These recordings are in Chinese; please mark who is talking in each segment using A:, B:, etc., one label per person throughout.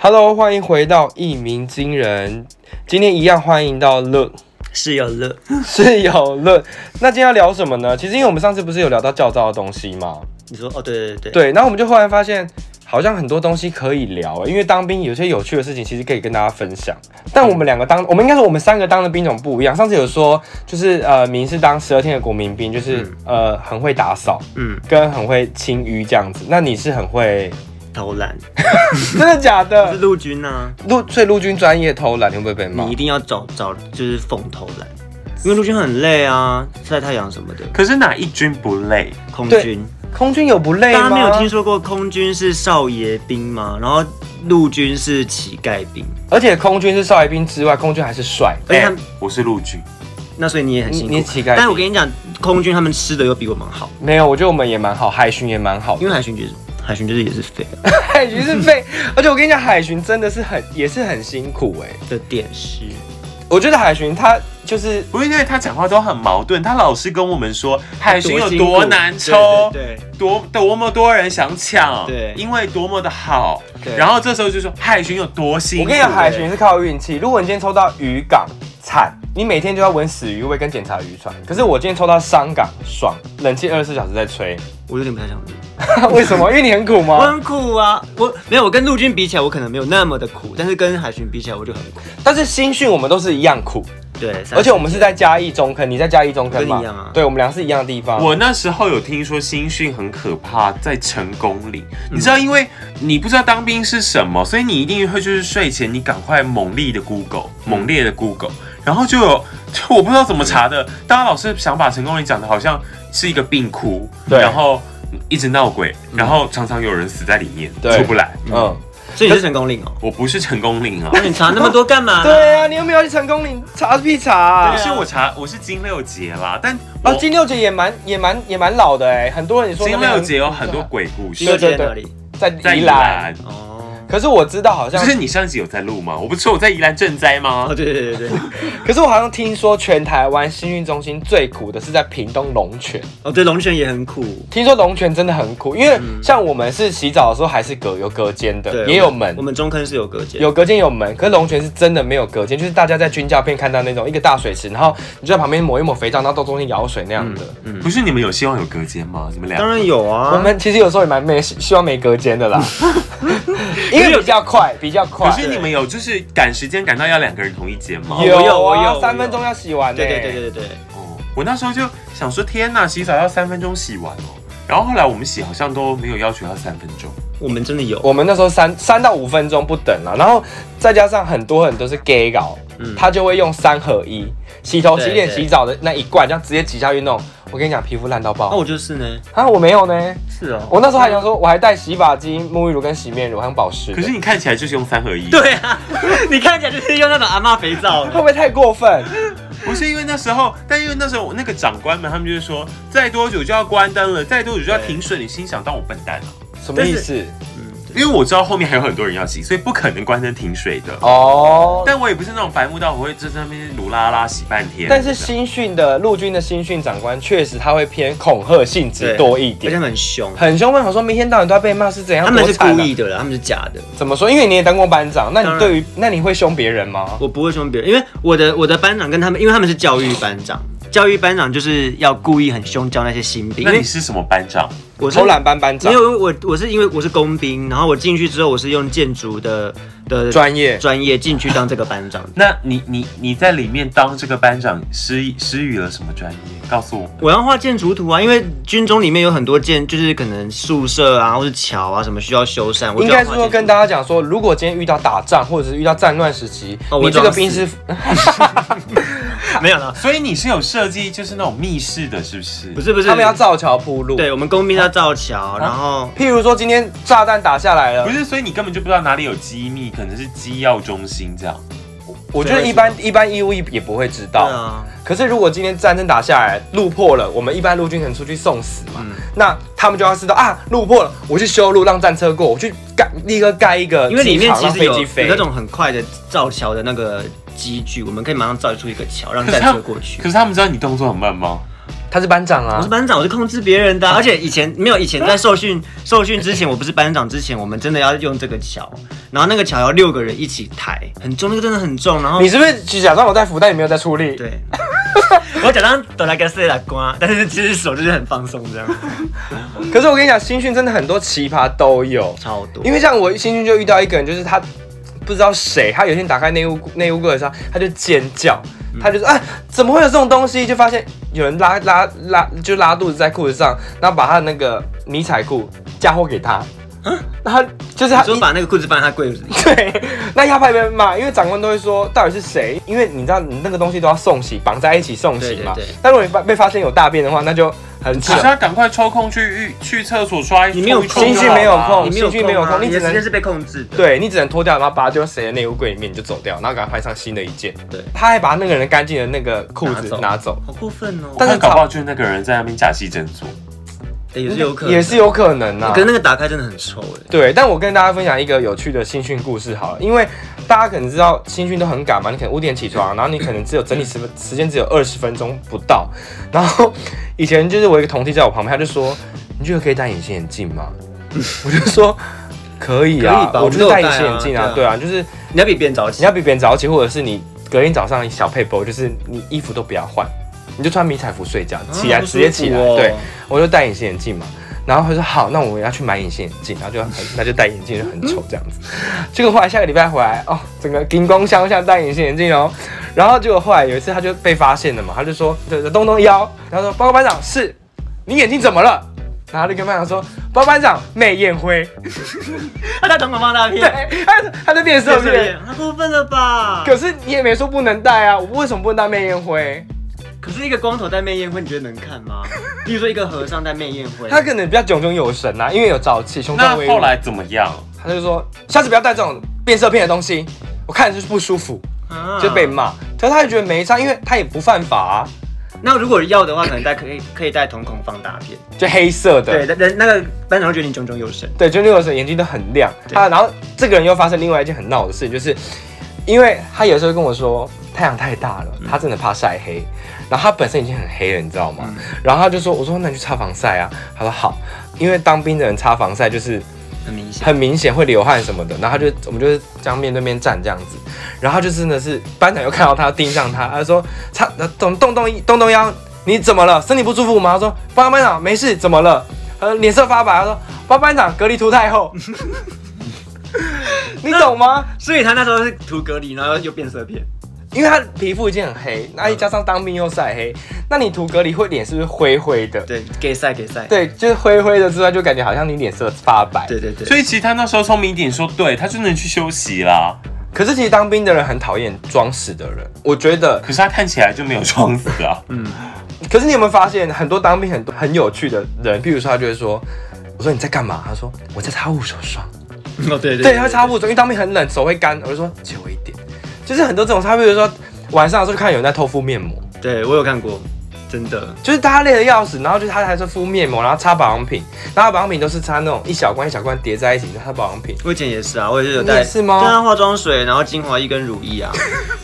A: Hello，欢迎回到一鸣惊人。今天一样欢迎到乐
B: 是有乐，
A: 室友乐。那今天要聊什么呢？其实因为我们上次不是有聊到教招的东西嘛，
B: 你说哦，对对对对，
A: 对，然后我们就忽然发现。好像很多东西可以聊、因为当兵有些有趣的事情，其实可以跟大家分享。但我们两个当，我们应该说我们三个当的兵种不一样。上次有说，就是呃，明是当十二天的国民兵，就是、呃很会打扫，
B: 嗯，
A: 跟很会清淤这样子。那你是很会，
B: 投 篮
A: 真的假
B: 是
A: 的？
B: 陆军啊，
A: 陆所以陆军专业偷懒，你会不会被骂
B: 你一？定要找找就是缝投篮，因为陆军很累啊，晒太阳什么的。
C: 可是哪一军不累？
B: 空
A: 对
B: 军，
A: 空军有不累
B: 大
A: 吗？
B: 家没有听说过空军是少爷兵吗？然后陆军是乞丐兵，
A: 而且空军是少爷兵之外，空军还是帅。
B: 而且他
C: 哎我是陆军，
B: 那所以你也很辛苦。
A: 你你乞丐兵
B: 但我跟你讲，空军他们吃的又比我们好，
A: 没有，我觉得我们也蛮好，海巡也蛮 好的
B: 因。为海巡就是海巡就是也是废
A: 海巡是被，而且我跟你讲，海巡真的是很也是很辛苦哎、
B: 的点是，
A: 我觉得海巡他就是
C: 不是因为他讲话都很矛盾。他老是跟我们说海巡有
A: 多辛苦
C: 多难抽，
B: 对对
C: 多多么多人想抢，
B: 对
C: 因为多么的好。
B: 对
C: 然后这时候就说海巡有多辛苦。
A: 我跟你
B: 欸
A: 讲，海巡是靠运气。如果你今天抽到渔港，惨，你每天就要闻死鱼味跟检查渔船。可是我今天抽到商港，爽，冷气二十四小时在吹。
B: 我有点不太想录。
A: 为什 么？因为你很苦
B: 我
A: 吗？
B: 很苦啊，我没有，我跟陆军比起来，我可能没有那么的苦，但是跟海巡比起来，我就很苦。
A: 但是新训我们都是一样苦，
B: 对，
A: 而且我们是在嘉义中坑，你在嘉义中坑吗？
B: 跟你一样啊
A: 对，我们俩是一样的地方。
C: 我那时候有听说新训很可怕，在成功里，
A: 嗯
C: 你知道，因为你不知道当兵是什么，所以你一定会就是睡前你赶快猛力的 Google，猛
A: 嗯
C: 烈的 Google，然后就有 就我不知道怎么查的，大家老是想把成功里讲的好像是一个病窟，
A: 对嗯
C: 然后一直闹鬼，然后常常有人死在里面
A: 对
C: 出不来。
A: 嗯，
B: 所以你是成功令哦。
C: 我不是成功 令啊，
B: 那你查那么多干嘛？
A: 对，啊，你有没有去成功岭查屁查、啊？
C: 可是我查我是金六节啦，但我
A: 哦，金六姐也蛮也蛮也蛮老的哎、很多人说
C: 金
A: 那边啊
C: 六节有很多鬼故
B: 第二
C: 事，
B: 节在哪里？
A: 在
C: 在
A: 宜
C: 宜
A: 兰
C: 兰，。
B: 哦，
A: 可是我知道好像
C: 就，是你上集有在录吗？我不是说我在宜兰赈灾吗
B: 哦，？对对对对，
A: 可是我好像听说全台湾新运中心最苦的是在屏东龙泉，
B: 哦对，龙泉也很苦。
A: 听说龙泉真的很苦，因为像我们是洗澡的时候还是隔有隔间
B: 嗯对，
A: 的，也有
B: 我们
A: 门
B: 我。们中坑是有隔间。
A: 有隔间有门，可是龙泉是真的没有隔间，就是大家在军教片看到那种一个大水池，然后你就在旁边抹一抹肥皂，然后到中间舀水那样的。
B: 嗯，
C: 不是你们有希望有隔间吗？你们俩
B: 当然有啊。
A: 我们其实有时候也蛮没希望没隔间 的啦，因为比较快，比较快
B: 啊
C: 可。是你们有就是赶时间赶到要两个人同一间吗？
A: 有
B: 哦我有
A: 啊
B: 我有
A: 三分钟要洗完呢、欸
B: 对对对对对对，
C: 哦，我那时候就想说，天呐，洗澡要三分钟洗完哦。然后后来我们洗好像都没有要求要三分钟，
B: 我们真的有。
A: 我们那时候三三到五分钟不等了，然后再加上很多人都是 gay 搞，
B: 嗯
A: 他就会用三合一，洗头、
B: 对
A: 洗脸、
B: 对
A: 洗澡的那一罐，这样直接挤下去弄。我跟你讲，皮肤烂到
B: 那
A: 爆。
B: 我就是呢。
A: 啊，我没有呢，
B: 是哦。
A: 我那时候还想说，我还带洗发精、沐浴乳跟洗面乳，还有保湿的。
C: 可是你看起来就是用三合一。，
B: 对啊， 你看起来就是用那种阿嬷肥皂
A: 会。不会太过分？
C: 不是因为那时候，但因为那时候我那个长官们他们就是说，再多久就要关灯了，再多久就要停水。你心想，当我笨蛋啊？
A: 什么意思？
B: 嗯，对
C: 因为我知道后面还有很多人要洗，所以不可能关灯停水的。
A: 哦。
C: 但我也不是那种白目到我会在那边鲁拉拉洗半天。
A: 但是新训的陆军的新训长官确实他会偏恐吓性质
B: 对
A: 多一
B: 而且
A: 点，
B: 他们很凶。
A: 很凶。问我说，明天到底都要被骂是怎样？
B: 他们是
A: 多惨啊
B: 故意的啦，他们是假的。
A: 怎么说？因为你也当过班长，那
B: 当
A: 你
B: 然
A: 对于那你会凶别人吗？
B: 我不会凶别人，因为我的我的班长跟他们，因为他们是教育班长，教育班长就是要故意很凶教那些新兵。
C: 那
B: 因为
C: 你是什么班长？
B: 我是
A: 偷懒班班长
B: 没，有我我是因为我是工兵，然后我进去之后我是用建筑的 的
A: 专业
B: 专业进去当这个班长。
C: 那你你你在里面当这个班长失失语了什么专业？告诉我。
B: 我要画建筑图啊，因为军中里面有很多建，就是可能宿舍啊，或是桥啊什么需要修缮。我
A: 应
B: 就要
A: 该
B: 画
A: 是
B: 建筑
A: 说跟大家讲说，如果今天遇到打仗或者是遇到战乱时期，
B: 哦我
A: 你这个
B: 装死
A: 兵是
B: 没有了，
C: 所以你是有设计就是那种密室的，是不是？
B: 不是不是，
A: 他们要造桥铺路。，
B: 对我们工兵要造桥，然后
A: 譬如说今天炸弹打下来了
B: 啊
C: 不，是，所以你根本就不知道哪里有机密，可能是机要中心这样。
A: 我觉得一般一般义务役也不会知
B: 对
A: 道。
B: 啊，
A: 可是如果今天战争打下来，路破了，我们一般陆军可能出去送死嘛，
B: 嗯
A: 那他们就要知道啊，路破了，我去修路让战车过，我去盖立刻盖一个
B: 因为里
A: 呃机
B: 面
A: 场
B: 其
A: 让
B: 实
A: 飞
B: 有
A: 机
B: 有
A: 飞
B: 那种很快的造桥的那个机具，我们可以马上造出一个桥，让
C: 可是
B: 战
C: 他
B: 车
C: 们
B: 过去
C: 可。是他们知道你动作很慢吗？
A: 他是班长
B: 我是
A: 啊，
B: 班长，我是控制别人 的啊、而且以前没有，以前在受训 受训之前，我不是班长之前，我们真的要用这个桥，然后那个桥要六个人一起抬，很重，那个真的很重。然后
A: 你是不是只假装我在扶，但你没有在出力？
B: 对， 我假装哆啦 A 梦来刮，但是其实手就是很放松 这样，
A: 可是我跟你讲，新训真的很多奇葩都有，
B: 超多。
A: 因为像我新训就遇到一个人，就是他不知道谁，他有一天打开内务内务柜的时候，他就尖叫，
B: 嗯
A: 他就说啊，怎么会有这种东西？就发现有人拉拉拉，就拉肚子在裤子上，然后把他的那个迷彩裤嫁祸给
B: 啊
A: 他，那他就是他
B: 你说把那个裤子放在他 柜子里，
A: 对，那要怕被骂，因为长官都会说到底是谁，因为你知道你那个东西都要送洗，绑在一起送洗嘛。
B: 对对对
A: 但如果你发被发现有大便的话，那就很
C: 只
A: 扯
C: 是。要赶快抽空去浴去厕所刷一，
B: 你没有
C: 冲一
B: 空啊
A: 心
C: 冲
A: 绪
C: 就好
A: 啊没有
C: 啦
A: 空
B: 你没
A: 兴趣没有
B: 空啊，
A: 空你
B: 你
A: 只
B: 的
A: 能
B: 时间是被控制 的。
A: 对你只能脱掉，然后把它丢在谁的内务柜里面，你就走掉，然后赶快换上新的一件。
B: 对
A: 他还把那个人干净的那个裤子
B: 拿走
A: 拿走，
B: 好过分哦！
A: 但
B: 但
A: 是
C: 那搞不好就是那个人在那边假戏真做。
B: 哎也是有可能，
A: 也是有可能啊
B: 可。是那个打开真的很臭哎。
A: 对，但我跟大家分享一个有趣的新训故事好了，因为大家可能知道新训都很赶嘛，你可能五点起床，然后你可能只有整理时分时间只有二十分钟不到，然后以前就是我有一个同梯在我旁边，他就说：“你觉得可以戴隐形眼镜吗？”我就说：“可以
B: 可以
A: 啊，
B: 吧
A: 我
B: 我们
A: 就是
B: 都有
A: 戴隐
B: 戴
A: 形
B: 啊
A: 眼镜啊，对
B: 对
A: 啊，就是
B: 你要比别人早
A: 你
B: 起
A: 要，比别人早起，或者是你隔天早上小配包，就是你衣服都不要换，你就穿迷彩服睡觉，起来、
B: 不舒
A: 直接起来。
B: 服哦
A: 对，我就戴隐形眼镜嘛。然后他说好，那我要去买隐形眼镜，然后就很那就戴眼镜就很丑这样子。结果后来下个礼拜回来哦，整个金光相向戴隐形眼镜哦。然后结果后来有一次他就被发现了嘛，他就说对动动腰，然后说报告班长是，你眼睛怎么了？然后他就跟班长说报告班长媚眼灰，
B: 啊他在瞳孔放大片
A: 对，，他他在变色
B: 是不啊
A: 片
B: 是。？太过分了吧？
A: 可是你也没说不能戴啊，我为什么不能戴媚烟灰？
B: 可是一个光头戴媚艳会，你觉得能看吗？比如说一个和尚戴媚艳会，
A: 他可能比较炯炯有神啊，因为有朝气，胸
C: 那
A: 中威武
C: 后。来怎么样？
A: 他就说，下次不要戴这种变色片的东西，我看着就是不舒服，
C: 嗯
B: 啊
A: 就被。骂。可是他就觉得没差，因为他也不犯法啊，
B: 那如果要的话，可能戴可以可以戴瞳孔放大片。
A: 就黑色的。
B: 对，那那那个班长会觉得你炯炯有神。
A: 对，就那个时候眼睛都很亮。
B: 对
A: 他然后这个人又发生另外一件很闹的事，就是因为他有时候跟我说太阳太大
C: 嗯
A: 了，他真的怕晒黑。然后他本身已经很黑了，你知道
C: 嗯
A: 吗？然后他就说：“我说那你去擦防晒啊。”他说：“好。”因为当兵的人擦防晒就是
B: 很明显。
A: 很明显会流汗什么的，然后他就我们就是这样面对面站这样子，然后他就真的是班长又看到他盯上他，他说他动动动动动腰，你怎么了？身体不舒服吗？他说报告班长没事，怎么了？呃，脸色发白，他说报告班长隔离涂太厚， 你懂吗？
B: 所以他那时候是涂隔离，然后又变色片。
A: 因为他皮肤已经很黑，那一加上当兵又晒黑，那你涂隔离会脸是不是灰灰的？
B: 对，给晒给晒。
A: 对，就是灰灰的之外，就感觉好像你脸色发白。
B: 对对对。
C: 所
B: 以
C: 以其实他那时候聪明一点说，对他就能去休息啦。
A: 可是其实当兵的人很讨厌装死的人，我觉得
C: 可是他看起来就没有装死啊。
A: 嗯可是你有没有发现，很多当兵很多很有趣的人，譬如说他就会说。我说你在干嘛？他说我在擦护手霜。
B: 哦对对
A: 对，他会擦护手霜，因为当兵很冷，手会干。我就说借我一点。就是很多这种差，比如说晚上的时候看有人在偷敷面膜，
B: 对我有看过，真的。
A: 就是大家累得要死，然后就是他还是敷面膜，然后擦保养品，然后保养品都是擦那种一小罐一小罐叠在一起，擦保养品。
B: 我以前也是啊，我也是有
A: 你也
B: 带，
A: 是吗
B: 对啊，化妆水，然后精华液跟乳液啊，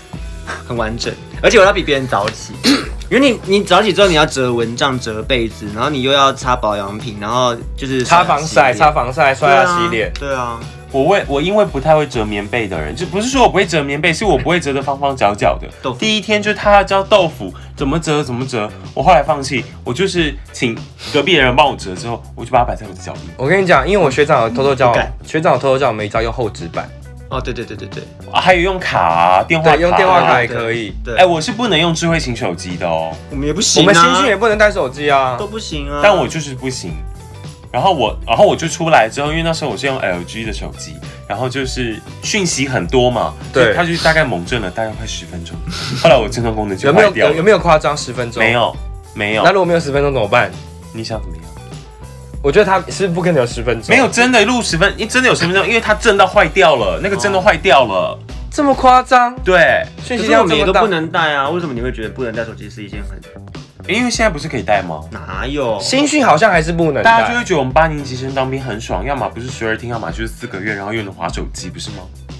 B: 很完整。而且我要比别人早起， 因为你你早起之后你要折蚊帐、折被子，然后你又要擦保养品，然后就是
A: 擦防晒，
B: 刷
A: 擦
B: 牙
A: 防晒，刷牙洗脸。
B: 对啊，
C: 我为我因为不太会折棉被的人，就不是说我不会折棉被，是我不会折的方方角角的
B: 豆。腐
C: 第一天就是他要教豆腐怎么折怎么折，我后来放弃，我就是请隔壁的人帮我折之后，我就把它摆在我的脚底。
A: 我跟你讲，因为我学长有偷偷教我
B: 不敢，
A: 学长有偷偷教我们一招用厚纸板，
B: 哦对对对对对，
C: 啊，还有用卡、啊、电话卡、
A: 对，用电话卡
C: 哎、
A: 也可以。
B: 对，
C: 我是不能用智慧型手机的哦，
B: 我们也不
A: 我
B: 行、啊，
A: 们新训也不能带手机啊
B: 都。不行啊。
C: 但我就是不行。然后我，然后我就出来之后，因为那时候我是用 LG 的手机，然后就是讯息很多嘛，
A: 对
C: 所以他就大概猛震了大概快十分钟， 后来我震动功能就
A: 有没
C: 坏
A: 有
C: 掉
A: 有
C: 了
A: 有。没有夸张十分钟？
C: 没。有，没有
A: 那。如果没有十分钟怎么办？
C: 你想怎么样？
A: 我觉得他是不可能有十分钟，
C: 没有真的录十分，因为真的有十分钟，因为它震到坏掉了，那个震到坏掉了。
A: 这么夸张，
C: 对，
A: 讯
B: 可
A: 息
B: 是我
A: 量
B: 们也
A: 这
B: 都
A: 么大
B: 不。能带啊，为什么你会觉得不能带手机是一件很
C: 因为现在不是可以带吗？
B: 哪有？
A: 新训好像还是不能
C: 大家就
A: 带，
C: 会觉得我们八年级生当兵很爽，要么不是学而听，要么就是四个月，然后又能划手机，不是吗？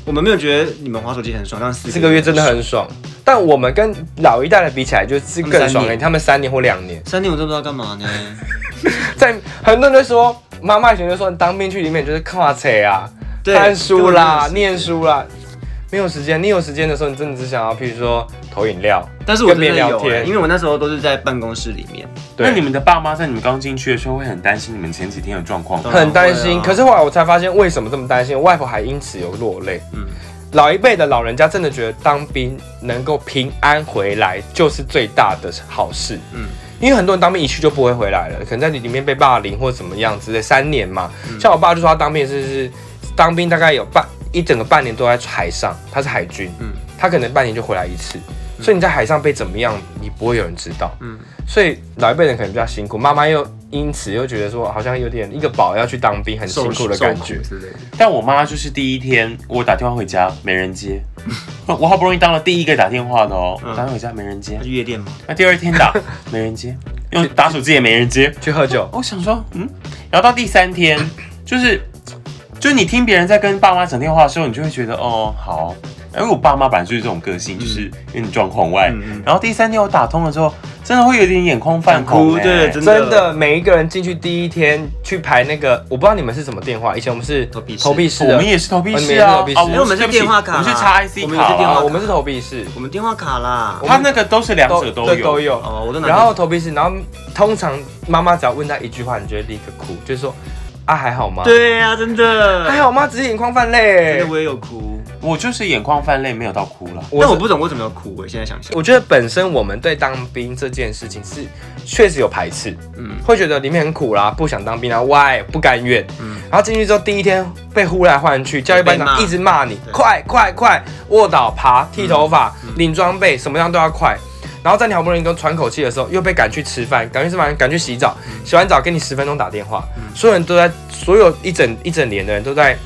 B: 我们没有觉得你们滑手机很爽，但四
A: 四个月真的很爽。但我们跟老一代的比起来，就是更爽
B: 他们三
A: 了。
B: 年
A: 他们三年或两年，
B: 三年我都不知道 干嘛呢。
A: 在很多人都说，妈妈以前就说你当兵去里面就是跨车啊，
B: 对
A: 看书啦、
B: 根本没有
A: 念书啦，没有时间。你有时间的时候，你真的只想要，譬如说投饮料。
B: 但是我真的
A: 跟别人
B: 有、
A: 聊天
B: 欸因为我那时候都是在办公室里面，
A: 对
C: 那你们的爸妈在你们刚进去的时候会很担心你们前几天有状况吗？
B: 当然
A: 很担心，
B: 会啊
A: 可是后来我才发现为什么这么担心，我外婆还因此有落泪。
B: 嗯，
A: 老一辈的老人家真的觉得当兵能够平安回来就是最大的好事，嗯
B: 嗯，
A: 因为很多人当兵一去就不会回来了，可能在里面被霸凌或怎么样之类，三年嘛，像我爸就说他当兵是是当兵大概有半一整个半年都在海上，他是海军，嗯
B: 嗯，
A: 他可能半年就回来一次，所以你在海上被怎么样，你不会有人知道，嗯
B: 嗯，
A: 所以老一辈人可能比较辛苦，妈妈又因此又觉得说好像有点一个宝要去当兵很辛苦的感觉
B: 受苦，之类的。
C: 但我妈就是第一天我打电话回家没人 接，我好不容易当了第一个打电话的哦，
B: 嗯
C: 我打电话回家没人接
B: 那，去夜店吗？
C: 那第二天打没人接，用打手机也没人接，
A: 去喝酒，
C: 我想说，嗯，然后到第三天，就是，就是你听别人在跟爸妈讲电话的时候，你就会觉得，哦，好，因为我爸妈本来就是这种个性，就是有点状况外。
B: 嗯嗯
C: 然后第三天我打通了之后，真的会有点眼眶泛
B: 想
C: 红、
B: 哭
C: 欸
B: 对真
A: 真的，每一个人进去第一天去排那个，我不知道你们是什么电话，以前我们是
B: 投币式
A: 投币式
C: 我
A: 的
C: 们，也是投币
A: 哦你们
C: 式
A: 也是
C: 啊，
A: 投币式
C: 哦
A: 因
B: 为我们是
C: 对不起
B: 电话卡啊
C: 我们是插 IC
B: 我们也是
C: 卡
B: 电
A: 啊，
C: 啦
B: 话，
A: 我们是投币式，
B: 我们电话卡啦。
A: 我
C: 它那啊个都是两者都
A: 对
C: 有。
A: 都有。
B: 哦，我都拿。
A: 然后投币式，然后通常妈妈只要问他一句话，你就会立刻哭，就是说啊还好吗？，
B: 对呀、啊，真的。
A: 还好吗？只是眼眶泛
B: 真
A: 泪
B: 的。我也有哭，
C: 我就是眼眶泛泪，没有到哭了。
B: 但我
A: 是
B: 不懂为什么要哭、欸我现在想想，
A: 我觉得本身我们对当兵这件事情是确实有排斥，
B: 嗯
A: 会觉得里面很苦啦，不想当兵啦，why 啊不甘愿。
B: 嗯
A: 然后进去之后第一天被呼来唤去，教育班长
B: 被骂
A: 一直骂你，
B: 对嗯
A: 快快快，卧倒爬、剃头发、领装备，什么样都要快。然后在你好不容易跟喘口气的时候，又被赶去吃饭，赶去吃饭，赶去洗澡，
B: 嗯
A: 洗完澡给你十分钟打电话，所有人都在，所有一整一整年的人都在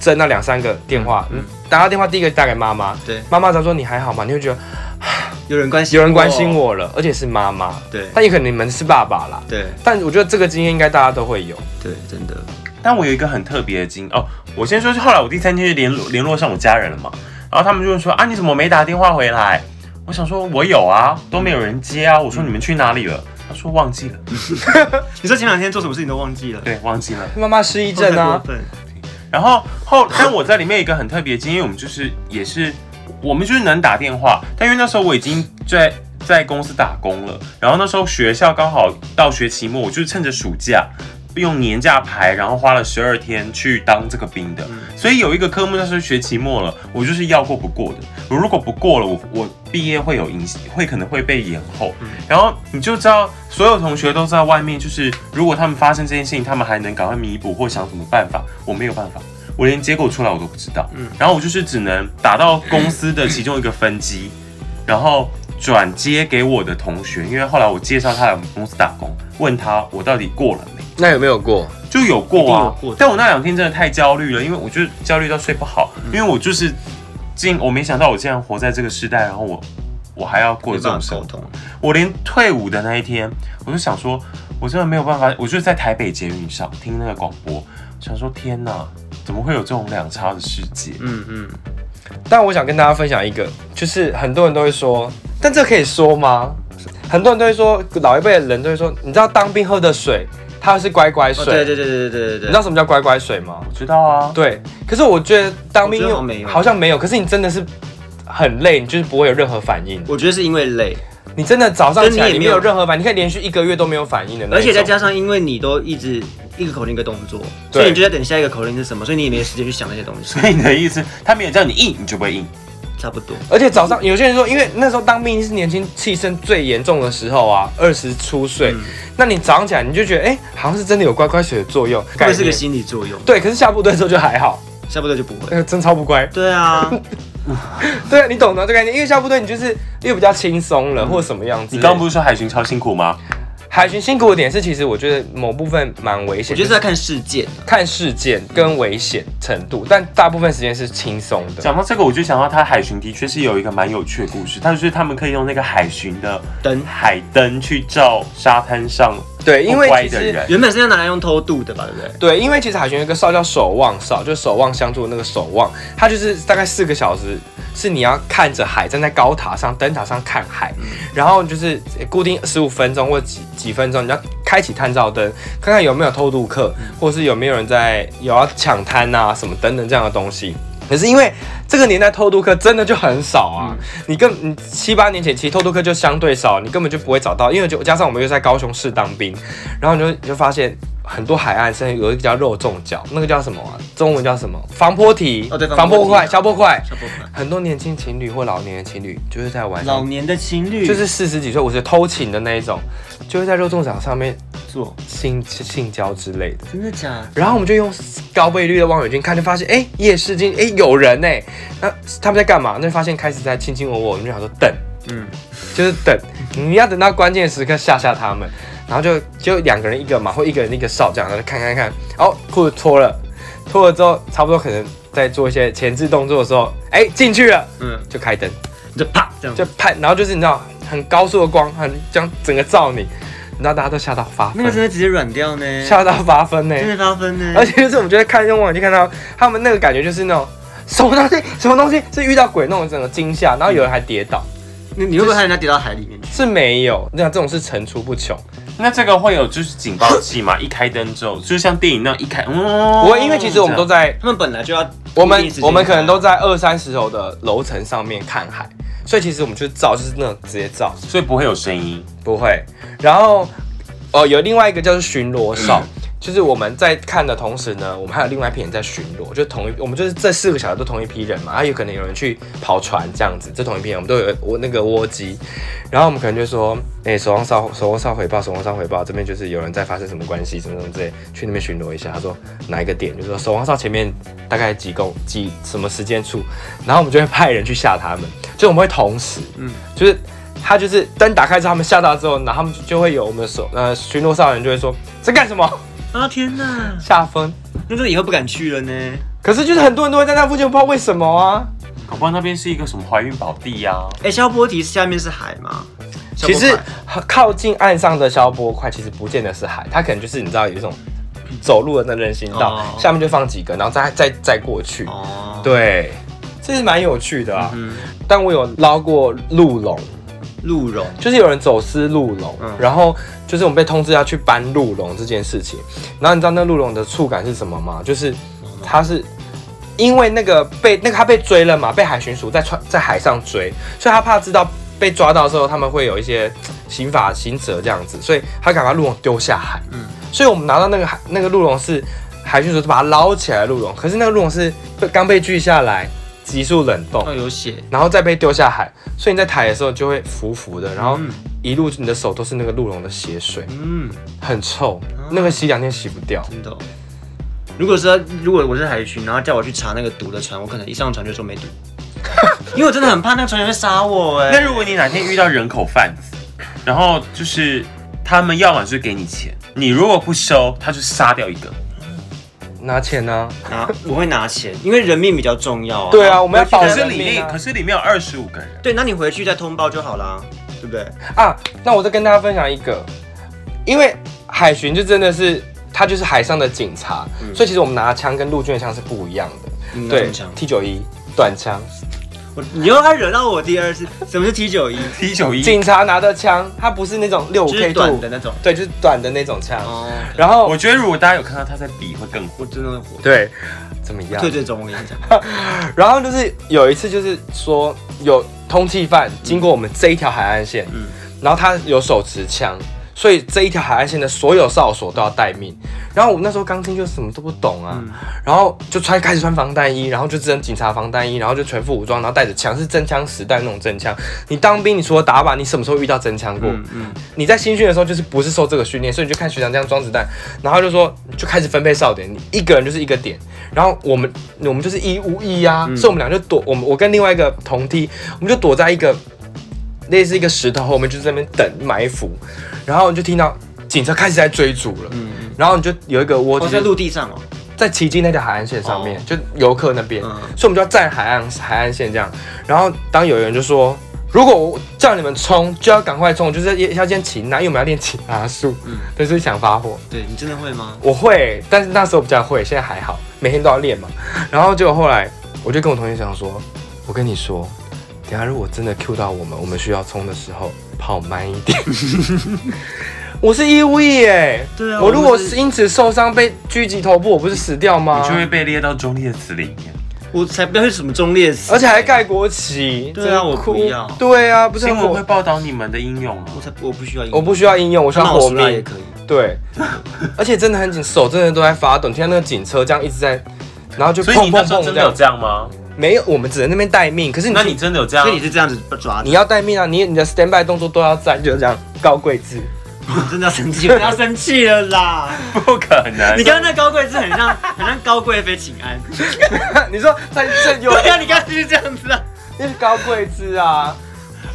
A: 争那两三个电话。
B: 嗯嗯
A: 打到电话第一个打给妈妈，
B: 对，
A: 妈妈她说你还好吗？你会觉得
B: 有人关心，哎
A: 有人关
B: 哦
A: 心，我了，而且是妈妈。
B: 对
A: 但也可能你们是爸爸啦。
B: 对
A: 但我觉得这个经验应该大家都会有。
B: 对，真的，
C: 但我有一个很特别的经哦，我先说是后来我第三天就联络联络上我家人了嘛，然后他们就会说啊你怎么没打电话回来？我想说我有啊，都没有人接啊。我说你们去哪里了？他说忘记了，
B: 你说前两天做什么事情都忘记了，
C: 对，忘记了。
A: 妈妈失忆症啊
B: 太过，分，
C: 然后后，但我在里面有一个很特别的经验，我们就是也是，我们就是能打电话，但因为那时候我已经在在公司打工了，然后那时候学校刚好到学期末，我就是趁着暑假。用年假排，然后花了十二天去当这个兵的，所以有一个科目那时候学期末了，我就是要过不过的。我如果不过了，我我毕业会有影响，会可能会被延后。然后你就知道，所有同学都在外面，就是如果他们发生这件事情，他们还能赶快弥补或想什么办法，我没有办法，我连结果出来我都不知道。
B: 嗯
C: 然后我就是只能打到公司的其中一个分机，然后转接给我的同学，因为后来我介绍他来我们公司打工，问他我到底过了没。
A: 那有没有过？
C: 就有过
B: 一定
C: 啊
B: 有过，
C: 但我那两天真的太焦虑了，因为我就焦虑到睡不好，因为我就是竟我没想到我竟然活在这个时代，然后我我还要过
B: 没
C: 这
B: 办
C: 种
B: 法
C: 生
B: 沟
C: 活，
B: 通，
C: 我连退伍的那一天，我就想说，我真的没有办法，我就在台北捷运上听那个广播，想说天哪，怎么会有这种两差的世界？
B: 嗯嗯，
A: 但我想跟大家分享一个，就是很多人都会说，但这可以说吗？很多人都会说，老一辈的人都会说，你知道当兵喝的水，它是乖乖水。
B: 哦，对对对对对对
A: 你
B: 对
A: 知道什么叫乖乖水吗？
C: 我知道啊，
A: 对。可是我觉得当兵
B: 我觉得好像没有
A: 好像没有，可是你真的是很累，你就是不会有任何反应。
B: 我觉得是因为累，
A: 你真的早上起来
B: 跟你也
A: 你没
B: 没有
A: 有任何反应，你可以连续一个月都没有反应的那种。
B: 而且再加上因为你都一直一个口令一个动作，所以
A: 对
B: 你就在等下一个口令是什么，所以你也没时间去想那些东 西，
C: 所以你的意思，他没有叫你硬，你就不会硬。
B: 差不多，
A: 而且早上有些人说，因为那时候当兵是年轻气盛最严重的时候啊，二十出岁，那你早上起来你就觉得，哎、好像是真的有乖乖水的作用，
B: 会不会
A: 概
B: 是个
A: 念
B: 心理作用？
A: 对，可是下部队之后就还好，
B: 下部队就不会。
A: 那个真超不乖。
B: 对啊，
A: 对啊，你懂得这个概念，因为下部队你就是又比较轻松了，或者什么样子。
C: 你刚刚不是说海巡超辛苦吗？
A: 海巡辛苦的点是，其实我觉得某部分蛮危
B: 我
A: 险，
B: 觉得是
A: 就
B: 在
A: 是
B: 看事件啊，
A: 看事件跟危险程度，但大部分时间是轻松的。
C: 讲到这个，我就想到他海巡的确是有一个蛮有趣的故事，他就是他们可以用那个海巡的
B: 灯
C: 海灯去照沙滩上
A: 对，因为
C: 不乖
A: 其
C: 的
A: 实
C: 人，
B: 原本是要拿来用偷渡的吧，对不对？
A: 对，因为其实海巡有一个哨叫守望哨，就是守望相助的那个守望，它就是大概四个小时，是你要看着海，站在高塔上、灯塔上看海，然后就是呃固定十五分钟或几几分钟，你要开启探照灯，看看有没有偷渡客，或是有没有人在有要抢滩啊什么等等这样的东西。可是因为这个年代偷渡客真的就很少啊，你根你七八年前其实偷渡客就相对少，你根本就不会找到，因为就加上我们又在高雄市当兵，然后你就你就发现很多海岸甚至有一个叫肉粽角，那个叫什么啊？中文叫什么？防波堤
B: 哦对
A: 防波
B: 防波堤
A: 块、消波块。
B: 小波款
A: 很多年轻情侣或老年的情侣就是在晚
B: 老
A: 上，
B: 年的情侣
A: 就是四十几岁、五十偷情的那一种，就会在肉粽角上面
B: 做，
A: 性性交之类的。
B: 真的假的？
A: 然后我们就用高倍率的望远镜看，就发现哎，夜视镜哎有人哎，那他们在干嘛？那就发现开始在卿卿我我，我们就想说等，
B: 嗯，
A: 就是等，你要等到关键时刻吓吓他们，然后就就两个人一个嘛，或一个人一个哨这样，然后就看看看，哦，裤子脱了，脱了之后，差不多可能在做一些前置动作的时候，哎，进去了，
B: 嗯，
A: 就开灯，
B: 就啪这样，
A: 就
B: 就
A: 拍，然后就是你知道很高速的光，很这样整个照你，你知道大家都吓到发
B: 那个真
A: 疯，
B: 的直接软掉呢，
A: 吓到发疯呢、
B: 真的发分呢，
A: 而且就是我们就在看用望远镜看到他们那个感觉就是那种。什么东西？什么东西？是遇到鬼那种整个惊吓，然后有人还跌倒，
B: 你你会不会害人家跌到海里面去？
A: 是没有。那这种是层出不穷。
C: 那这个会有就是警报器嘛？ 一开灯之后，就像电影那样一开，
B: 哦
C: 嗯，
A: 不会，因为其实我们都在
B: 他们本来就要
A: 我们
B: 定时间
A: 我们可能都在二三十楼的楼层上面看海，所以其实我们就照就是那种直接照，
C: 所以不会有声音。
A: 不会。然后哦，有另外一个叫做巡逻哨，就是我们在看的同时呢，我们还有另外一批人在巡逻，就同一我们就是这四个小时都同一批人嘛，还有可能有人去跑船这样子，这同一批人我们都有我那个窝机，然后我们可能就说，哎、守望哨守望哨回报守望哨回报，这边就是有人在发生什么关系什么什么之类，去那边巡逻一下。他说哪一个点，就是说守望哨前面大概几公几什么时间处，然后我们就会派人去吓他们，就我们会同时，嗯
B: 嗯，
A: 就是。他就是灯打开之后，他们吓到之后，然后他们就会有我们的手，呃，巡逻哨人就会说在干什么，
B: 啊天哪，
A: 下风。
B: 那这以后不敢去了呢。
A: 可是就是很多人都会在那附近，不知道为什么啊。
C: 搞不好那边是一个什么怀孕宝地呀、啊？
B: 哎，消波堤下面是海吗？消
A: 其
B: 波
A: 实
B: 海
A: 靠近岸上的消波块，其实不见得是海，它可能就是你知道有一种走路的那人行道，
B: 哦
A: 下面就放几个，然后再再再过去。
B: 哦，，
A: 对，这是蛮有趣的啊。
B: 嗯，
A: 但我有捞过鹿笼，
B: 鹿茸，
A: 就是有人走私鹿笼，
B: 嗯
A: 然后就是我们被通知要去搬鹿笼这件事情。然后你知道那鹿笼的触感是什么吗？就是
B: 哦
A: 它是因为那个被那个他被追了嘛，被海巡署在船在海上追，所以他怕知道被抓到之后他们会有一些刑法刑责这样子，所以他赶快鹿笼丢下海。
B: 嗯
A: 所以我们拿到那个海那个鹿笼是海巡署是把它捞起来的鹿笼，可是那个鹿笼是被刚被锯下来，急速冷冻
B: 哦。有血，
A: 然后再被丢下海，所以你在抬的时候就会浮浮的，然后
B: 嗯
A: 一路你的手都是那个鹿茸的血水，
B: 嗯，
A: 很臭，那个洗两天洗不掉。
B: 真的哦。如果说如果我是海巡，然后叫我去查那个毒的船，我可能一上船就说没 毒，因为我真的很怕那个船员会杀我哎、
C: 那如果你哪天遇到人口贩子，然后就是他们要么就给你钱，你如果不收，他就杀掉一个。
A: 拿钱呢、
B: 拿我会拿钱，因为人命比较重要啊。
A: 对啊，哦我们要保
C: 可
A: 人
C: 是
A: 命
C: 里面，
A: 啊
C: 可是里面有二十五个人，
B: 对，那你回去再通报就好啦，对不对？
A: 啊，那我再跟大家分享一个，因为海巡就真的是他就是海上的警察，所以其实我们拿的枪跟陆军的枪是不一样的。
B: 嗯那
A: 对
B: 怎么讲
A: ，T 九一短枪，
B: 我你又要惹到我第二次。什么是 T 九一？
C: T 九一，
A: 警察拿的枪，它不是那种六
B: 就是
A: K
B: 短的那种。
A: 对，就是短的那种枪。
B: 哦，
A: 然后
C: 我觉得如果大家有看到他在比，会更火。
B: 我真的会火。
A: 对，怎么样
B: 退？最终我跟你 讲，
A: 然后就是有一次，就是说有通缉犯经过我们这一条海岸线，
B: 嗯
A: 然后他有手持枪，所以这一条海岸线的所有哨所都要待命。然后我那时候刚听就什么都不懂啊，
B: 嗯
A: 然后就穿开始穿防弹衣，然后就只能警察防弹衣，然后就全副武装，然后带着枪，是真枪实弹那种真枪。你当兵，你除了打靶，你什么时候遇到真枪过？
B: 嗯嗯，
A: 你在新训的时候就是不是受这个训练，所以你就看学长这样装子弹，然后就说就开始分配哨点，你一个人就是一个点，然后我们我们就是一无一啊，
B: 嗯
A: 所以我们俩就躲，我们我跟另外一个同梯，我们就躲在一个类似一个石头后面，就在那边等埋伏，然后就听到警察开始在追逐了。
B: 嗯，
A: 然后你就有一个窝
B: 哦，
A: 就
B: 在
A: 是
B: 陆地上哦，
A: 在奇迹那条海岸线上面，
B: 哦
A: 就游客那边，
B: 嗯
A: 所以我们就要站海岸海岸线这样。然后当有人就说，如果我叫你们冲，就要赶快冲，就是要要先擒拿，因为我们要练擒拿术。
B: 嗯
A: 但是想发火，
B: 对你真的会吗？
A: 我会，但是那时候比较会，现在还好，每天都要练嘛。然后结果后来，我就跟我同学讲说，我跟你说，等一下如果真的 Q 到我们，我们需要冲的时候跑慢一点。 我是义务役哎，
B: 对啊
A: 我如
B: 我
A: 果
B: 们是
A: 因此受伤被狙击头部，我不是死掉吗？
C: 你就会被列到忠烈祠里面。
B: 我才不要去什么忠烈祠，
A: 而且还盖，国旗，
B: 对啊
A: 真的
B: 我不
A: 哭
B: 要
A: 对啊，不是
C: 新
A: 很
C: 闻会
A: 火，
C: 报道你们的英勇啊！
B: 我才我不需要，
A: 我不需要应用，我需要
B: 那我
A: 活
B: 出来也
A: 命。
B: 可以。
A: 对，而且真的很紧，手真的都在发抖，你听到那个警车这样一直在，然后就
C: 所
A: 砰
C: 以你那
A: 砰
C: 时候
A: 砰
C: 真
A: 这
C: 的有
A: 样，
C: 这样吗？
A: 没有，我们只能那边待命。可是你
C: 那你真的有这样
B: 所以？你是这样子抓
A: 你
B: 的，
A: 要待命啊，你你的 stand by 动作都要在，就是这样高跪姿。
B: 你真的要生气， 我要生气了啦！
C: 不可能！
B: 你刚刚那高贵是很像， 很像高贵妃请安。
A: 你说在正右，
B: 对啊，你刚刚就是这样子啊。
A: 那是高跪姿啊，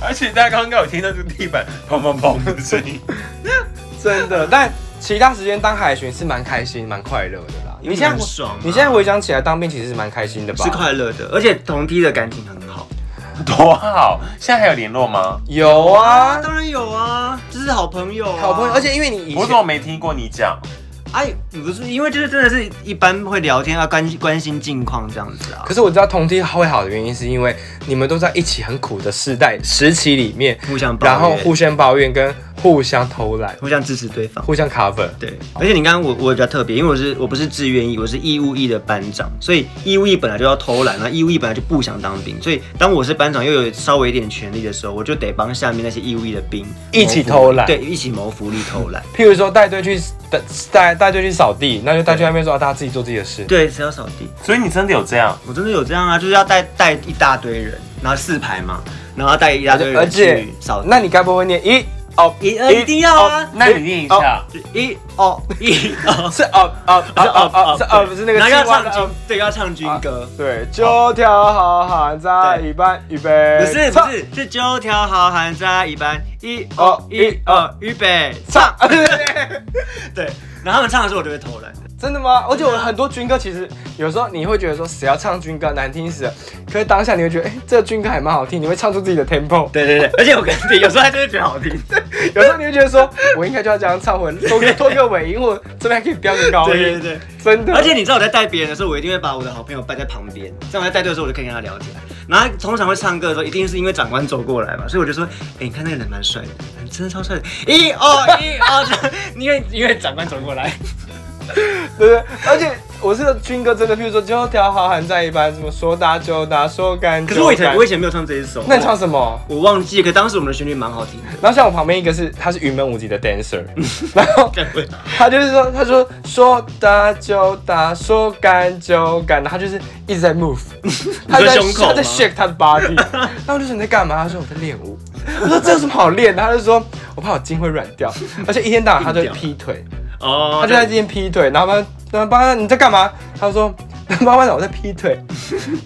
C: 而且大家刚刚有听到这个地板砰砰砰的声音，
A: 真的。但其他时间当海巡是蛮开心、蛮快乐的啦。
B: 因为
A: 你现在
B: 很
A: 回
B: 爽啊
A: 你现在回想起来，当兵其实是蛮开心的吧？
B: 是快乐的，而且同梯的感情很好。
C: 多好！现在还有联络吗？
A: 有啊，
B: 当然有啊，就是好朋友、
A: 好朋友，而且因为你以
C: 我
A: 前
C: 怎么没听过你讲？
B: 哎，你不是因为就是真的是一般会聊天啊，关关心近况这样子啊。
A: 可是我知道同梯会好的原因，是因为你们都在一起很苦的世代时期里面，
B: 互相抱怨
A: 然后互相抱怨跟互相偷懒，
B: 互相支持对方。
A: 互相 cover。
B: 对，而且你刚刚我我比较特别，因为我是我不是志愿役，我是义务役的班长，所以义务役本来就要偷懒啊，义务役本来就不想当兵，所以当我是班长又有稍微一点权力的时候，我就得帮下面那些义务役的兵
A: 一起
B: 谋福利
A: 偷懒
B: 对，一起谋福利偷懒，
A: 譬如说带队去带带带队去扫地，那就带去外面说啊，大家自己做自己的事。
B: 对，谁要扫地？
C: 所以你真的有这样？
B: 我真的有这样啊，就是要带带一大堆人，然后四排嘛，然后带一大
A: 而
B: 堆
A: 且而
B: 人
A: 且
B: 去扫，
A: 那你该不会念一哦
B: 一呃一定要啊，
C: 那你念一下，
B: 一哦一哦，
A: 是哦哦哦哦哦是哦不是那个
B: 然后
A: 青
B: 要
A: 蛙
B: 唱
A: 的
B: 军
A: 哦，
B: 对，要唱军歌。
A: 对，九条好汉在一班，预备，
B: 不是不
A: 唱
B: 是，是九条好汉在一班，一
A: 哦
B: 哦
A: 一
B: 一哦，预备，
A: 唱，
B: 对。然后他们唱的时候，我就会偷懒。
A: 真的吗？而且我很多军歌，其实有时候你会觉得说谁要唱军歌难听死了，可是当下你会觉得，哎、这个军歌还蛮好听，你会唱出自己的 tempo。
B: 对对对，而且我跟你有时候还真的觉得好听。
A: 有时候你会觉得说，我应该就要这样唱，我多个多个尾音，或这边还可以飙个高音。
B: 对对对。
A: 真的。
B: 而且你知道我在带别人的时候，我一定会把我的好朋友摆在旁边，这样我在带队的时候我就可以跟他聊天。然后通常会唱歌的时候，一定是因为长官走过来嘛，所以我就说，哎、你看那个人蛮帅的，真的超帅的， 一哦一哦，这样因为因为长官走过来，
A: 对对，而且我是军歌真的，譬如说九条好汉在一班，什么说打就打，说干就
B: 可
A: 是干。
B: 我 以前我以前没有唱这一 首，
A: 那你唱什么？
B: 我我忘记，可当时我们的旋律蛮好听的。
A: 然后像我旁边一个是，他是云门舞集的 dancer，然后
B: 该不会
A: 他就是说，他说说打就打，说干就干，他就是一直在 move，他在
B: 胸口吗
A: 他在 shake 他的 body，然后我就说你在干嘛？他说我在练舞，我说这有什么好练的？他就说我怕我筋会软 掉，而且一天到晚他就
B: 硬掉
A: 劈腿，
B: 哦，
A: 他就在这边劈腿，然后班然后班长你在干嘛？他说班班长我在劈腿，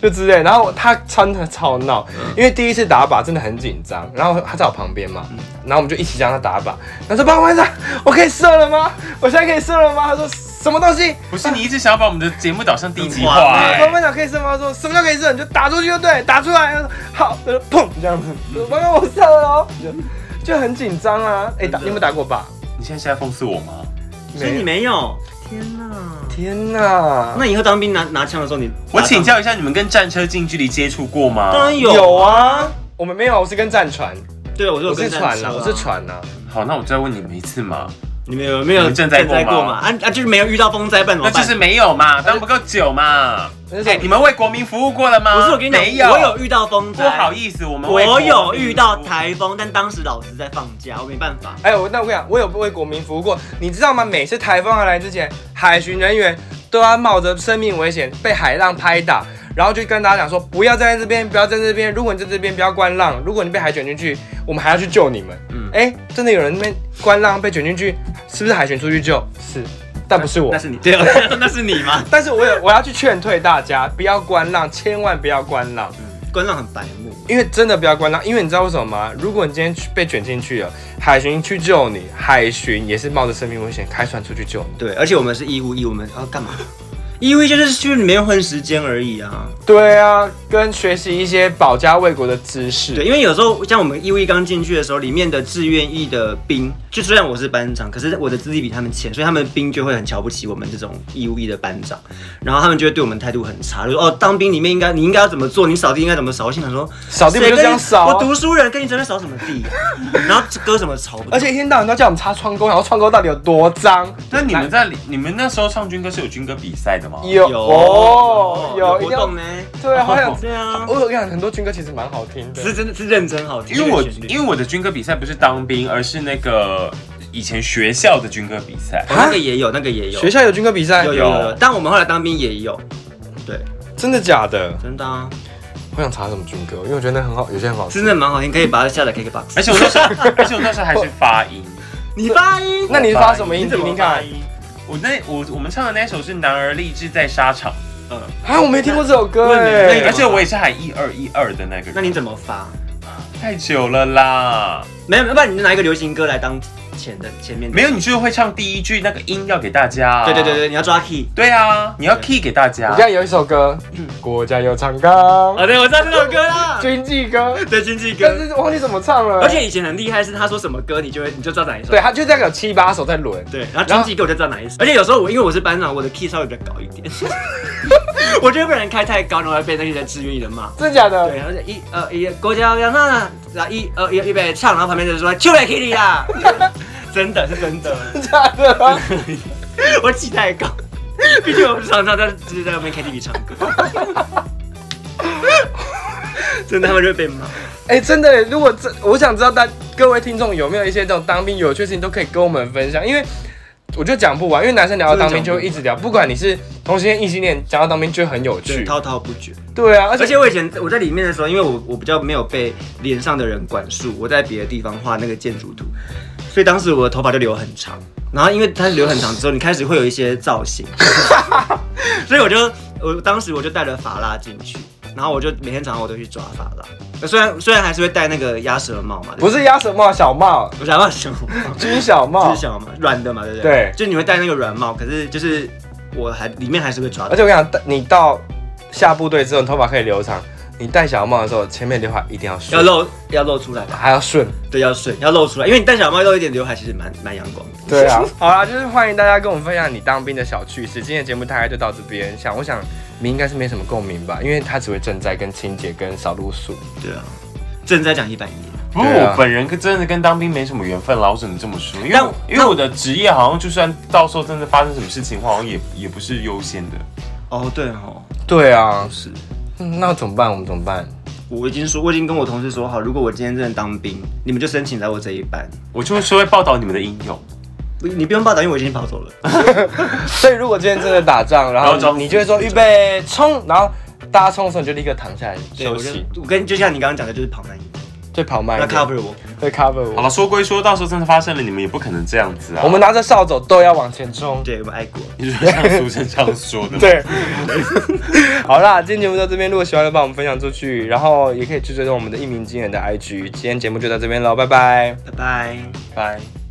A: 就之类。然后他穿的超闹，
B: 嗯
A: 因为第一次打靶真的很紧张，然后他在我旁边嘛，
B: 嗯
A: 然后我们就一起让他打靶。他说班班长，我可以射了吗？我现在可以射了吗？他说什么东西？
C: 不是你一直想要把我们的节目导向低级化、
B: 哇
C: 哎
A: 班班长可以射吗？他说什么叫可以射？你就打出去就对，打出来。他说好，他就砰这样子，班班我射了哦，就就很紧张啊。哎、打你有没有打过靶？
C: 你现在是在讽刺我吗？
B: 所以你没有。天哪！
A: 天哪！
B: 那以后当兵拿拿枪的时候你，
C: 我请教一下，你们跟战车近距离接触过吗？
B: 当然有
A: 有啊，我们没有，我是跟战船。
B: 对我就有
A: 我是
B: 跟
A: 船
B: 啊，
A: 呐，我是，船呐。
C: 好，那我再问你们一次嘛，
B: 你们有没
C: 你
B: 有
C: 们赈灾过吗
B: 过嘛？啊啊，就是没有遇到风灾，不然怎
C: 那
B: 么
C: 就
B: 办？呃
C: 是没有嘛，当不够久嘛。
A: 那
C: 哎、
A: 是
C: 你们为国民服务过了吗？
B: 不是我跟你讲，
C: 没有，
B: 我有遇到风
C: 不
B: 灾，
C: 好意思，我们为国
B: 我
C: 民
B: 有遇到
C: 服务
B: 台风，但当时老师在放假，我没办法。
A: 哎，我那我跟你讲，我有为国民服务过，你知道吗？每次台风要来之前，海巡人员都要冒着生命危险被海浪拍打，然后就跟大家讲说，不要站在这边，不要站在这边。如果你在这边，不要观浪。如果你被海卷进去，我们还要去救你们。嗯
B: 嗯，
A: 哎，真的有人那边观浪被卷进去，是不是海巡出去救？是，但不是我
B: 那。是你对， 那是你吗？
A: 但是我有我要去劝退大家，不要观浪，千万不要观浪。
B: 观浪很白目，
A: 因为真的不要关到，因为你知道为什么吗？如果你今天去被卷进去了，海巡去救你，海巡也是冒着生命危险开船出去救你。
B: 对，而且我们是义务役，我们要 干嘛？义务役就是去里面混时间而已啊。
A: 对啊，跟学习一些保家卫国的知识。
B: 对，因为有时候像我们义务役刚进去的时候，里面的志愿役的兵，就虽然我是班长，可是我的资历比他们浅，所以他们兵就会很瞧不起我们这种义务役的班长，然后他们就会对我们态度很差，就说哦，当兵里面应该你应该要怎么做，你扫地应该怎么扫。我心想说，
A: 扫地不就这样扫啊
B: 谁跟你我读书人，跟你这边扫什么地？然后割什么草？
A: 而且一天到晚都叫我们擦窗钩，然后窗钩到底有多脏？
C: 那你们在里你们那时候唱军歌是有军歌比赛的吗？
A: 有哦
B: 有
A: 有
B: 活动呢，
A: 对，好想知
B: 对啊
A: 道。，我有哦看很多军歌其实蛮好听的
B: 是。真的是认真好听，
C: 因为我
B: 这个旋律
C: 因为我的军歌比赛不是当兵，而是那个以前学校的军歌比赛。
B: 哦那个也有，那个也有，
A: 啊学校有军歌比赛
B: 有，有有有，但我们后来当兵也有，对，
A: 真的假的？
B: 真的啊，
A: 我想查什么军歌，因为我觉得那很好，有些很好
B: 真
A: 听。
B: 的蛮好听，可以把它下载 KKBOX。
C: 而且我那时 候，而且我那时候还是发音。
B: 你发啊音
A: 那你是发什么音？
C: 你怎
A: 听
C: 么
A: 听
C: 发
A: 看。
C: 音？我那我我们唱的那首是《男儿立志在沙场
B: 嗯，
A: 啊，我没听过这首歌
B: 问你那》，
A: 哎
C: 而。且我也是喊一二一二的那个人。
B: 那你怎么发？
C: 太久了啦？
B: 没有，要不然你就拿一个流行歌来当前的前面的。
C: 没有，你就会唱第一句那个音要给大家、
B: 对对对。对，你要抓 key。
C: 对啊，你要 key 给大家
A: 你。看有一首歌，
B: 嗯
A: 国家有长冈，
B: 啊，对，我知道这首歌啦，
A: 军纪歌，
B: 对经济
A: 但
B: 歌。
A: 是忘记怎么唱了。
B: 而且以前很厉害，是他说什么歌，你就会你就知道哪一首。
A: 对，他就大概有七八首在轮。
B: 对，啊然后经济歌我就知道哪一首。而且有时候我因为我是班长，我的 key 稍微比较高一点， 我觉得不然开太高，然后会被那些志愿役的骂。
A: 真的假的
B: 对，？然后就一二一，国家要那，然后一二一，预备唱，然后旁边就说“秋来 Kitty 啦”， 真的是真的，
A: 真的假的啊？
B: 我期待高，毕竟我不是常常在就是在外面 KTV 唱 歌，真的他们就会被骂。
A: 哎，真的耶，如果这， 我想知道大各位听众有没有一些这种当兵有趣的事情都可以跟我们分享，因为。我就讲不完，因为男生聊到当兵就会一直聊，不管你是同性恋、异性恋，讲到当兵就很有
B: 对，
A: 趣。
B: 滔滔不绝。
A: 对啊，而
B: 而
A: 且
B: 且我以前我在里面的时候，因为我我比较没有被脸上的人管束，我在别的地方画那个建筑图，所以当时我的头发就留很长。然后因为它留很长之后，你开始会有一些造 型，所以我就我当时我就带了发蜡进去，然后我就每天早上我都去抓发蜡。虽然虽然还是会戴那个鸭舌帽嘛，对
A: 不
B: 对
A: 是鸭舌帽、小帽、
B: 不是鸭舌帽，
A: 军小帽
B: 是，小嘛软的嘛，对不对
A: 哦对？
B: 就你会戴那个软帽，可是就是我还里面还是会抓
A: 而
B: 到。
A: 且我跟你讲，你到下部队之后，你头发可以留长。你戴小帽的时候，前面刘海一定要
B: 要
A: 顺，
B: 露要露出来吧，
A: 还要顺。
B: 对，要顺，要露出来，因为你戴小帽露一点刘海，其实蛮蛮阳光的。
A: 对啊， 好啦，就是欢迎大家跟我们分享你当兵的小趣事。今天的节目大概就到这边，想我想你应该是没什么共鸣吧，因为他只会赈灾、跟清洁、跟扫路鼠。
B: 对啊，正在讲一百一，
C: 不过
A: 对
C: 我
A: 啊
C: 本人跟真的跟当兵没什么缘分啦，我只能这么说，因为
B: 但
C: 我因为我的职业好像就算到时候真的发生什么事情的话，好像也也不是优先的。
B: 哦，对哦，
A: 对啊，
B: 是，
A: 嗯那怎么办？我们怎么办？
B: 我已经说，我已经跟我同事说好，如果我今天真的当兵，你们就申请来我这一班。
C: 我就会说会报道你们的英勇，
B: 不你不用报道，因为我已经跑走了。
A: 所以如果今天真的打仗，然
C: 然后
A: 后
C: 装
A: 你你就会说预备冲，然后大家冲的时候你就立刻躺下来
B: 对，
A: 休
B: 我就
A: 息，
B: 我跟就像你刚刚讲的，就是跑男一，
A: 对跑慢
B: 要
A: 一点，
B: cover 我。
A: 对 cover
C: 好
A: 我。
C: 了，说归说，到时候真的发生了，你们也不可能这样子啊。
A: 我们拿着扫帚都要往前冲。
B: 对，我爱国。
C: 你说像苏贞昌说 的，，
A: 对，好啦，今天节目到这边，如果喜欢的，帮我们分享出去，然后也可以去追踪我们的一鸣惊人的 IG。今天节目就到这边喽，拜拜，
B: 拜拜。
A: 拜。